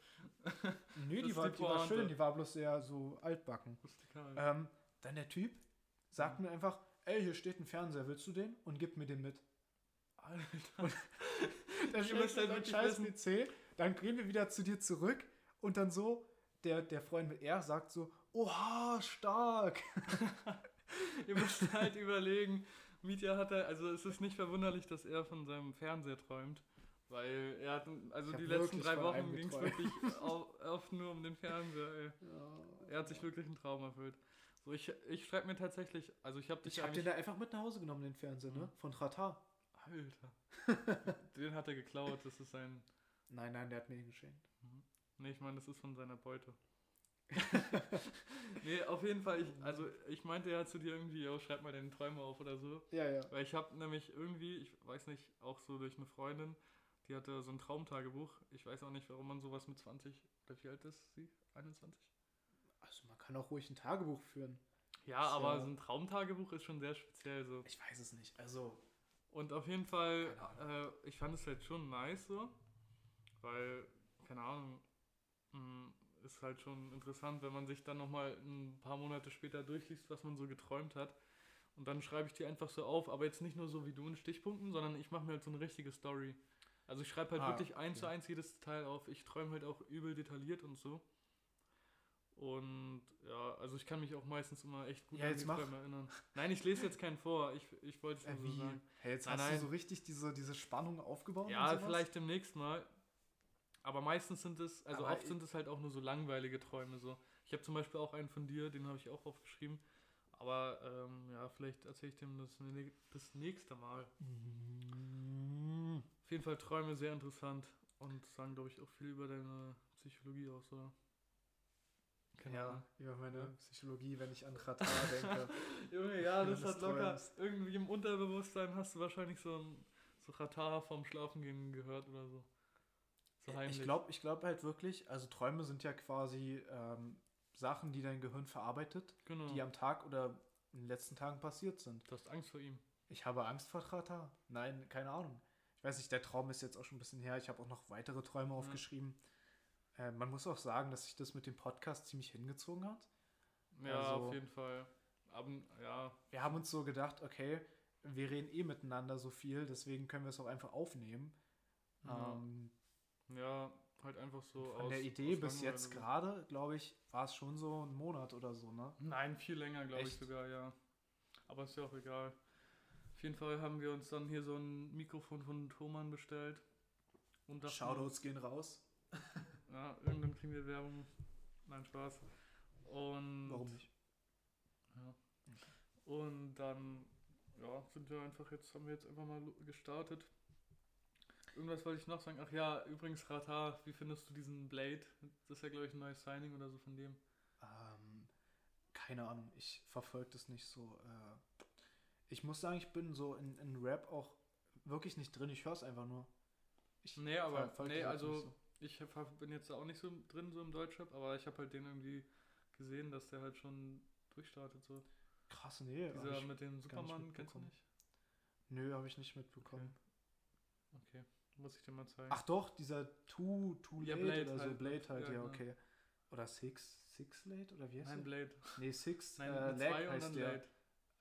S1: [laughs] Nö,
S2: Das
S1: die
S2: ist
S1: war,
S2: die
S1: die war
S2: Pointe.
S1: schön, die war bloß sehr so altbacken.
S2: Wusste ich gar nicht.
S1: Ähm, dann der Typ sagt mir einfach, ey, hier steht ein Fernseher, willst du den? Und gib mir den [laughs] mit.
S2: Alter.
S1: Dann
S2: Ich
S1: schmeißt
S2: will's
S1: er den
S2: wirklich
S1: scheiß PC, dann gehen wir wieder zu dir zurück und dann so, der, der Freund mit R sagt so, oha, stark.
S2: Ihr müsst [laughs] halt überlegen, Mietja hat er, also es ist nicht verwunderlich, dass er von seinem Fernseher träumt. Weil er hat, also
S1: Ich hab
S2: die letzten
S1: wirklich
S2: drei
S1: von einem
S2: Wochen ging es
S1: geträumt.
S2: wirklich
S1: [laughs]
S2: au- oft nur um den Fernseher, ey. Er hat sich wirklich einen Traum erfüllt. So, ich, ich schreibe mir tatsächlich, also ich habe dich
S1: Ich hab den
S2: eigentlich...
S1: da einfach mit nach Hause genommen, den Fernseher, ne? Von Rata.
S2: [laughs] Alter. den hat er geklaut, das ist sein...
S1: Nein, nein, der hat mir den geschenkt.
S2: Nee, ich meine, das ist von
S1: [laughs]
S2: seiner Beute. nee, auf jeden Fall, ich,
S1: Oh
S2: also ich meinte ja zu dir irgendwie, yo, schreib mal deine Träume auf oder so.
S1: Ja, ja.
S2: Weil ich habe nämlich irgendwie, ich weiß nicht, auch so durch eine Freundin, die hatte so ein Traumtagebuch. Ich weiß auch nicht, warum man sowas mit 20 oder wie alt ist sie? 21?
S1: Also man kann auch ruhig ein Tagebuch führen.
S2: Ja,
S1: Ist
S2: aber
S1: ja-
S2: so ein Traumtagebuch ist schon sehr speziell so.
S1: Ich weiß es nicht. Also,
S2: Und auf jeden Fall,
S1: Keine
S2: äh, ich fand es halt schon nice so, weil, keine Ahnung, mh, ist halt schon interessant, wenn man sich dann nochmal ein paar Monate später durchliest, was man so geträumt hat. Und dann schreibe ich die einfach so auf, aber jetzt nicht nur so wie du in Stichpunkten, sondern ich mache mir halt so eine richtige Story. Also ich schreibe halt
S1: Ah,
S2: wirklich eins zu
S1: okay.
S2: eins jedes Teil auf. Ich träume halt auch übel detailliert und so. Und ja, also ich kann mich auch meistens immer echt gut
S1: Ja, jetzt
S2: die
S1: mach.
S2: Träume erinnern. Nein, ich lese jetzt keinen vor. Ich, ich wollte es
S1: äh,
S2: nur so
S1: wie?
S2: sagen.
S1: Hey, jetzt
S2: Nein,
S1: hast
S2: nein.
S1: du so richtig diese, diese Spannung aufgebaut und
S2: Ja,
S1: sowas?
S2: vielleicht demnächst mal. Aber meistens sind es, also
S1: Aber
S2: oft
S1: ich-
S2: sind es halt auch nur so langweilige Träume. So. Ich habe zum Beispiel auch einen von dir, den habe ich auch aufgeschrieben. Aber ähm, ja, vielleicht erzähle ich dem das, ne- das nächste Mal.
S1: Mhm.
S2: Auf jeden Fall Träume sehr interessant und sagen, glaube ich, auch viel über deine Psychologie aus, oder? Keine
S1: Ja,
S2: Ahnung.
S1: über meine
S2: Ja.
S1: Psychologie, wenn ich an Katar
S2: [laughs]
S1: denke.
S2: Junge, ja,
S1: Wenn
S2: das
S1: du das
S2: hat locker.
S1: träumst.
S2: Irgendwie im Unterbewusstsein hast du wahrscheinlich so ein, So Ratara vorm Schlafengehen gehört oder so. So heimlich.
S1: Äh, Ich glaube ich glaub halt wirklich, also Träume sind ja quasi ähm, Sachen, die dein Gehirn verarbeitet,
S2: genau.
S1: die am Tag oder in den letzten Tagen passiert sind.
S2: Du hast Angst vor ihm.
S1: Ich habe Angst vor Trata. Nein, keine Ahnung. Ich weiß nicht, der Traum ist jetzt auch schon ein bisschen her. Ich habe auch noch weitere Träume aufgeschrieben. Äh, man muss auch sagen, dass sich das mit dem Podcast ziemlich hingezogen hat.
S2: Ja,
S1: Also-
S2: auf jeden Fall. Aber, ja,
S1: Wir haben uns so gedacht, okay, wir reden eh miteinander so viel, deswegen können wir es auch einfach aufnehmen. Ähm,
S2: ja, halt einfach so
S1: von der Idee bis jetzt
S2: Langeweile.
S1: gerade, glaube ich, war es schon so ein Monat oder so, ne?
S2: Nein, viel länger, glaube ich
S1: Echt?
S2: sogar, ja. Aber ist ja auch egal. Auf jeden Fall haben wir uns dann hier so ein Mikrofon von Thomann bestellt. Und dachten
S1: Shoutouts gehen raus.
S2: uns, Ja, irgendwann kriegen wir Werbung. Nein, Spaß. Und,
S1: Warum nicht?
S2: Ja. Und dann, ja, sind wir einfach jetzt, haben wir jetzt einfach mal lo- gestartet. Irgendwas wollte ich noch sagen. Ach ja, übrigens, Rata, wie findest du diesen Blade? Das ist ja, glaube ich, ein neues Signing oder so von dem.
S1: Ähm, keine Ahnung, ich verfolge das nicht so. Äh, ich muss sagen, ich bin so in, in Rap auch wirklich nicht drin. Ich höre es einfach nur. Ich
S2: Nee, aber-
S1: verfolg
S2: nee,
S1: das jetzt
S2: also-
S1: halt nicht so.
S2: Ich hab, hab, bin jetzt da auch nicht so drin, so im Deutschrap, aber ich habe halt den irgendwie gesehen, dass der halt schon durchstartet. So.
S1: Krass, nee. hab
S2: Dieser
S1: ich,
S2: mit dem Superman, kennst du
S1: mitbekommen.
S2: nicht?
S1: nö, habe ich nicht mitbekommen.
S2: Okay, muss ich dir mal zeigen.
S1: Ach doch, dieser Too, Too
S2: Ja,
S1: Late
S2: Blade
S1: oder so.
S2: halt.
S1: Blade halt,
S2: Ja,
S1: ja,
S2: genau.
S1: okay. Oder Six, Six Late oder wie heißt
S2: Nein,
S1: der?
S2: Blade.
S1: Nee, Six
S2: Nein,
S1: äh,
S2: mit
S1: Lag
S2: zwei und dann
S1: heißt der.
S2: Blade.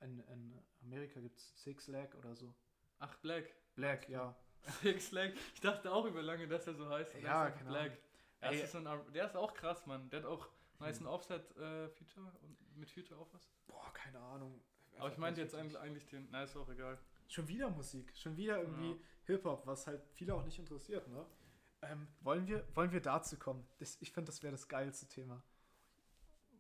S1: In, in Amerika gibt es Six Lag oder so.
S2: Ach, Black.
S1: Black, ja.
S2: Six Black. Ich dachte auch über lange, dass er so heißt. aber
S1: Ja,
S2: er ist einfach
S1: keine Ahnung.
S2: Ja,
S1: Ey.
S2: das ist so ein, Ar- der ist auch krass, Mann. Der hat auch meist
S1: Hm.
S2: ein Offset-Feature und mit Feature auch was.
S1: Boah, keine Ahnung.
S2: Aber ich meinte jetzt
S1: eigentlich
S2: eigentlich eigentlich den. Na, ist auch egal.
S1: Schon wieder Musik, schon wieder irgendwie
S2: Ja.
S1: Hip-Hop, was halt viele auch nicht interessiert, ne? Ähm, wollen, wir, wollen wir dazu kommen? Das, ich finde, das wäre das geilste Thema.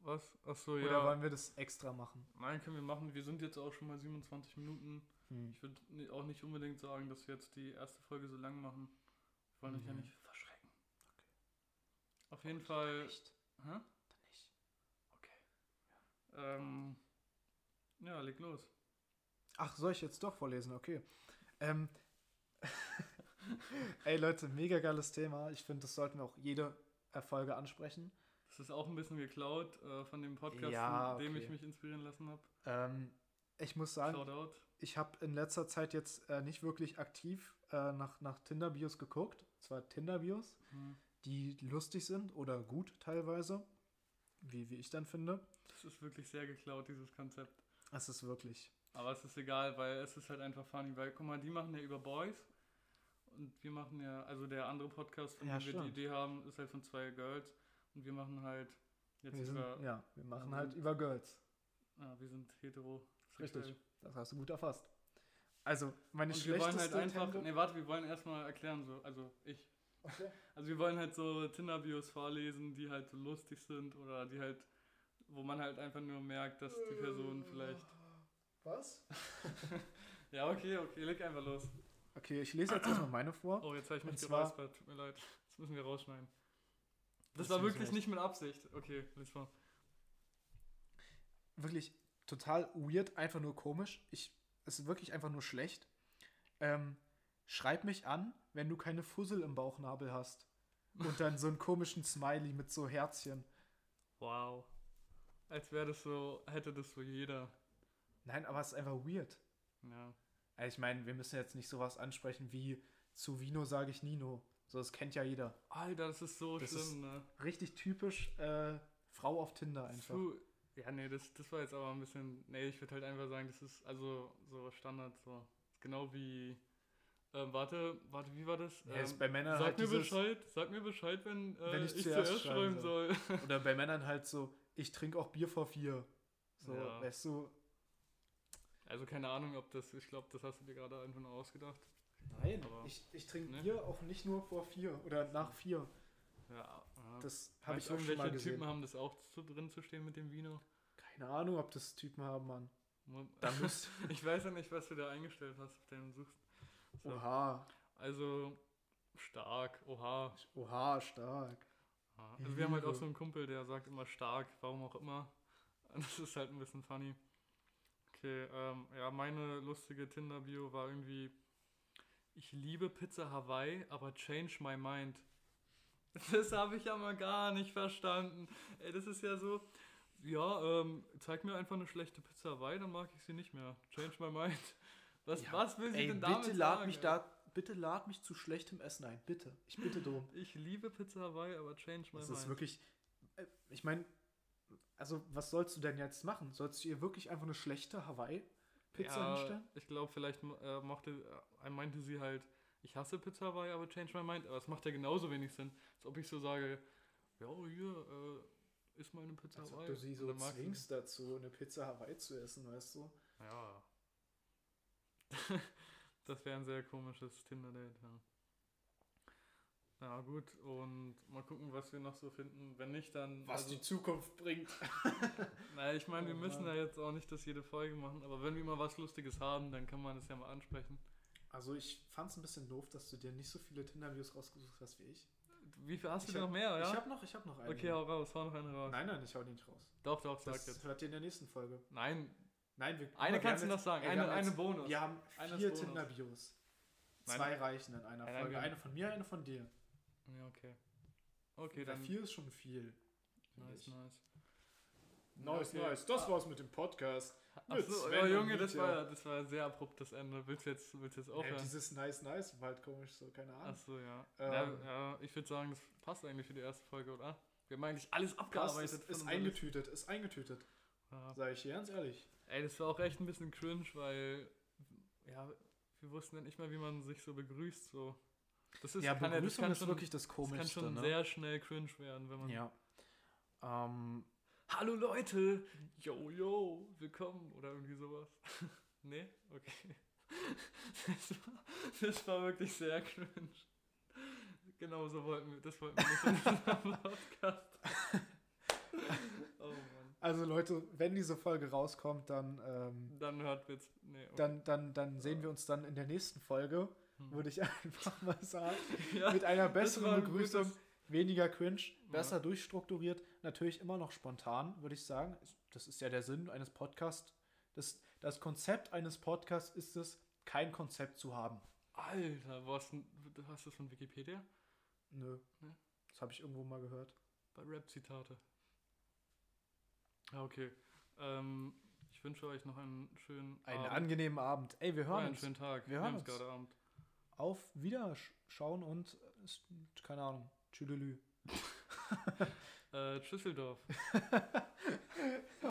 S2: Was? Achso,
S1: Oder
S2: Oh ja.
S1: wollen wir das extra machen?
S2: Nein, können wir machen. Wir sind jetzt auch schon mal 27 Minuten. Ich würde ni- auch nicht unbedingt sagen, dass wir jetzt die erste Folge so lang machen. Wir wollen euch ja
S1: Mhm.
S2: nicht verschrecken. Auf jeden Fall.
S1: Nicht.
S2: Hä?
S1: Dann nicht.
S2: Ähm, ja, leg los.
S1: Ach, soll ich jetzt doch vorlesen? Okay. Ähm, [laughs] Ey Leute, mega geiles Thema. Ich finde, das sollten wir auch jede Erfolge ansprechen.
S2: Das ist auch ein bisschen geklaut äh, von dem Podcast,
S1: Ja,
S2: von dem ich
S1: okay.
S2: mich inspirieren lassen habe.
S1: Ähm, ich muss sagen,
S2: Shoutout.
S1: ich habe in letzter Zeit jetzt äh, nicht wirklich aktiv äh, nach, nach Tinder-Bios geguckt. Zwar Tinder-Bios,
S2: Hm.
S1: die lustig sind oder gut teilweise, wie, wie ich dann finde.
S2: Das ist wirklich sehr geklaut, dieses Konzept.
S1: Es ist wirklich.
S2: Aber es ist egal, weil es ist halt einfach funny. Weil, guck mal, die machen ja über Boys. Und wir machen ja, also der andere Podcast, von
S1: Ja,
S2: dem wir die
S1: stimmt.
S2: Idee haben, ist halt von zwei Girls. Und wir machen halt jetzt
S1: Wir sind,
S2: über,
S1: ja, wir machen
S2: wir
S1: halt
S2: sind-
S1: über Girls.
S2: ah, wir sind hetero.
S1: Richtig. Das hast du gut erfasst. Also, meine
S2: Und wir wollen halt
S1: schlechteste
S2: einfach,
S1: Tandem-
S2: nee, warte, wir wollen erstmal erklären, so, also ich.
S1: Okay.
S2: Also wir wollen halt so Tinder-Bios vorlesen, die halt so lustig sind oder die halt, wo man halt einfach nur merkt, dass die
S1: Mm.
S2: Person vielleicht. [laughs]
S1: Was?
S2: Ja, okay, okay, leg einfach los.
S1: Okay, ich lese jetzt erstmal meine vor.
S2: Oh, jetzt habe ich mich
S1: Und zwar-
S2: geräuspert. Tut mir leid. Das müssen wir rausschneiden. Das,
S1: Das
S2: war
S1: müssen wir
S2: wirklich
S1: raus-
S2: nicht mit Absicht. Okay, lies mal.
S1: Wirklich total weird, einfach nur komisch. Ich, es ist wirklich einfach nur schlecht. Ähm, schreib mich an, wenn du keine Fussel im Bauchnabel hast. Und dann so einen komischen Smiley mit so Herzchen.
S2: Wow. Als wäre das so, hätte das so jeder.
S1: Nein, aber es ist einfach weird.
S2: Ja.
S1: Also Ich meine, wir müssen jetzt nicht sowas ansprechen wie zu Vino sage ich Nino. So, das kennt ja jeder.
S2: Alter, das ist so
S1: Das
S2: schlimm,
S1: ist
S2: ne?
S1: Richtig typisch äh, Frau auf Tinder einfach.
S2: Zu, ja, nee, das, das war jetzt aber ein bisschen. Nee, ich würde halt einfach sagen, das ist also so Standard, so. Genau wie. Ähm, warte, warte, wie war das?
S1: Ja, ist
S2: Ähm,
S1: bei Männern
S2: sag
S1: halt
S2: mir
S1: dieses,
S2: Bescheid, sag mir Bescheid, wenn, äh,
S1: Wenn
S2: ich,
S1: ich
S2: zuerst,
S1: zuerst
S2: schreiben
S1: schreiben
S2: soll. [laughs]
S1: Oder bei Männern halt so, ich trinke auch Bier vor vier. So,
S2: Ja.
S1: weißt du,
S2: Also keine Ahnung, ob das. Ich glaube, das hast du dir gerade einfach nur ausgedacht.
S1: nein,
S2: Aber-
S1: ich, ich trinke
S2: ne?
S1: Bier auch nicht nur vor vier oder nach vier.
S2: Ja, ja.
S1: Das habe
S2: Meinst
S1: äh, ich
S2: du,
S1: auch schon mal
S2: irgendwelche
S1: gesehen.
S2: Typen haben das auch zu, drin zu stehen mit dem Vino.
S1: Keine Ahnung, ob das Typen haben,
S2: [laughs]
S1: Mann.
S2: Mo-
S1: [laughs] Da müsst.
S2: ich weiß ja nicht, was du da eingestellt hast auf deinem Such. So.
S1: Oha,
S2: Also stark, oha.
S1: oha, stark.
S2: Ja, Also wir haben halt auch
S1: Liebe.
S2: so einen Kumpel, der sagt immer stark, warum auch immer. [laughs] Und Das ist halt ein bisschen funny. Okay, ähm, ja, meine lustige Tinder-Bio war irgendwie, Ich liebe Pizza Hawaii, aber change my mind. [laughs] Das habe ich ja mal gar nicht verstanden. Ey, das ist ja so. Ja, ähm, zeig mir einfach eine schlechte Pizza Hawaii, dann mag ich sie nicht mehr. Change my mind. Was,
S1: Ja,
S2: was will sie
S1: Ey,
S2: denn
S1: bitte
S2: damit
S1: lad
S2: sagen?
S1: mich
S2: ey?
S1: da, bitte lad mich zu schlechtem Essen ein, bitte. Ich bitte
S2: [laughs]
S1: drum.
S2: Ich liebe Pizza Hawaii, aber change my
S1: Das
S2: mind.
S1: ist wirklich, äh, ich meine, also was sollst du denn jetzt machen? Sollst du ihr wirklich einfach eine schlechte Hawaii-Pizza
S2: ja,
S1: hinstellen?
S2: Ich glaube, vielleicht äh, mochte, äh, meinte sie halt, ich hasse Pizza Hawaii, aber change my mind. Aber es macht ja genauso wenig Sinn, als ob ich so sage, ja, hier äh, ist meine Pizza
S1: Als ob
S2: Hawaii.
S1: du sie
S2: Und
S1: so
S2: dann mag sie-
S1: zwingst dazu, eine Pizza Hawaii zu essen, weißt du?
S2: Ja. [laughs] das wäre ein sehr komisches Tinder-Date, ja. Na gut, und mal gucken, was wir noch so finden. Wenn nicht, dann. also,
S1: Zukunft bringt.
S2: naja, ich meine, wir
S1: Oh
S2: müssen ja
S1: Mann.
S2: jetzt auch nicht das jede Folge machen, aber wenn wir mal was Lustiges haben, dann kann man das ja mal ansprechen.
S1: Also ich fand's ein bisschen doof, dass du dir nicht so viele Tinder-Views rausgesucht hast wie ich.
S2: Wie viel hast du
S1: Ich
S2: denn
S1: hab-
S2: noch mehr, Ah, ja?
S1: Ich hab noch, ich hab noch einen.
S2: okay, hau raus, hau noch eine raus.
S1: Nein, nein, ich hau den nicht raus.
S2: Doch, doch, sag
S1: Das
S2: jetzt.
S1: hört ihr in der nächsten Folge.
S2: Nein,
S1: Nein, wir,
S2: eine
S1: wir
S2: kannst du
S1: haben
S2: noch
S1: jetzt-
S2: sagen,
S1: ey,
S2: eine,
S1: wir haben
S2: eine
S1: jetzt,
S2: Bonus.
S1: Wir haben
S2: Eines
S1: vier
S2: Bonus.
S1: Tinder-Views.
S2: Nein.
S1: Zwei reichen in einer
S2: Nein, nein,
S1: Folge.
S2: wir-
S1: Eine von mir, eine von dir.
S2: Ja, okay. Okay,
S1: Weil
S2: dann.
S1: vier ist schon viel. finde
S2: Nice,
S1: ich.
S2: nice.
S1: Nice,
S2: Okay.
S1: nice. Das
S2: Ah.
S1: war's mit dem Podcast. Mit
S2: Achso,
S1: Sven
S2: oh,
S1: und
S2: Junge, das
S1: Mietje.
S2: war, ja- das war ein sehr abruptes Ende. Willst du jetzt, willst du jetzt
S1: Äh,
S2: aufhören?
S1: dieses nice, nice war halt komisch, so, keine Ahnung.
S2: Achso, ja.
S1: Ähm.
S2: ja. Ja, ich würde sagen, das passt eigentlich für die erste Folge, oder? Wir haben eigentlich alles
S1: Krass,
S2: abgearbeitet.
S1: ist,
S2: von
S1: ist
S2: unserer Liste.
S1: eingetütet, ist eingetütet.
S2: Ja.
S1: Sag ich dir ganz ehrlich.
S2: Ey, das war auch echt ein bisschen cringe, weil, ja, wir wussten ja nicht mal, wie man sich so begrüßt, so. Das ist, kann, ja- das kann schon,
S1: das
S2: das kann
S1: ne?
S2: schon sehr schnell cringe werden, wenn man...
S1: ja. Ähm,
S2: Hallo Leute! Yo, yo, willkommen! Oder irgendwie sowas. [laughs] nee? Okay. Das war, das war wirklich sehr cringe. Genau so wollten wir, das wollten wir nicht
S1: [laughs]
S2: in unserem Podcast. oh Mann.
S1: also Leute, wenn diese Folge rauskommt, dann, ähm,
S2: Dann hört wir jetzt. Nee, okay.
S1: dann, dann, dann sehen wir uns dann in der nächsten Folge,
S2: Hm.
S1: würde ich [laughs] einfach mal sagen.
S2: [laughs] ja,
S1: Mit einer
S2: das war
S1: besseren
S2: ein
S1: Begrüßung.
S2: gutes-
S1: weniger cringe, besser durchstrukturiert, natürlich immer noch spontan, würde ich sagen. Das ist ja der Sinn eines Podcasts. Das, das Konzept eines Podcasts ist es, kein Konzept zu haben.
S2: Alter, was, du hast das von Wikipedia?
S1: Nö.
S2: Ne?
S1: Das habe ich irgendwo mal gehört.
S2: Bei Rap-Zitate. Ja, okay. Ähm, ich wünsche euch noch einen schönen
S1: Einen
S2: Abend.
S1: angenehmen Abend. Ey, wir
S2: Oder
S1: hören
S2: einen
S1: uns.
S2: schönen Tag.
S1: Wir hören
S2: haben's
S1: uns.
S2: gerade Abend.
S1: Auf Wiederschauen und, äh, s- keine Ahnung, Tschüdelü.
S2: Äh, Schüsseldorf.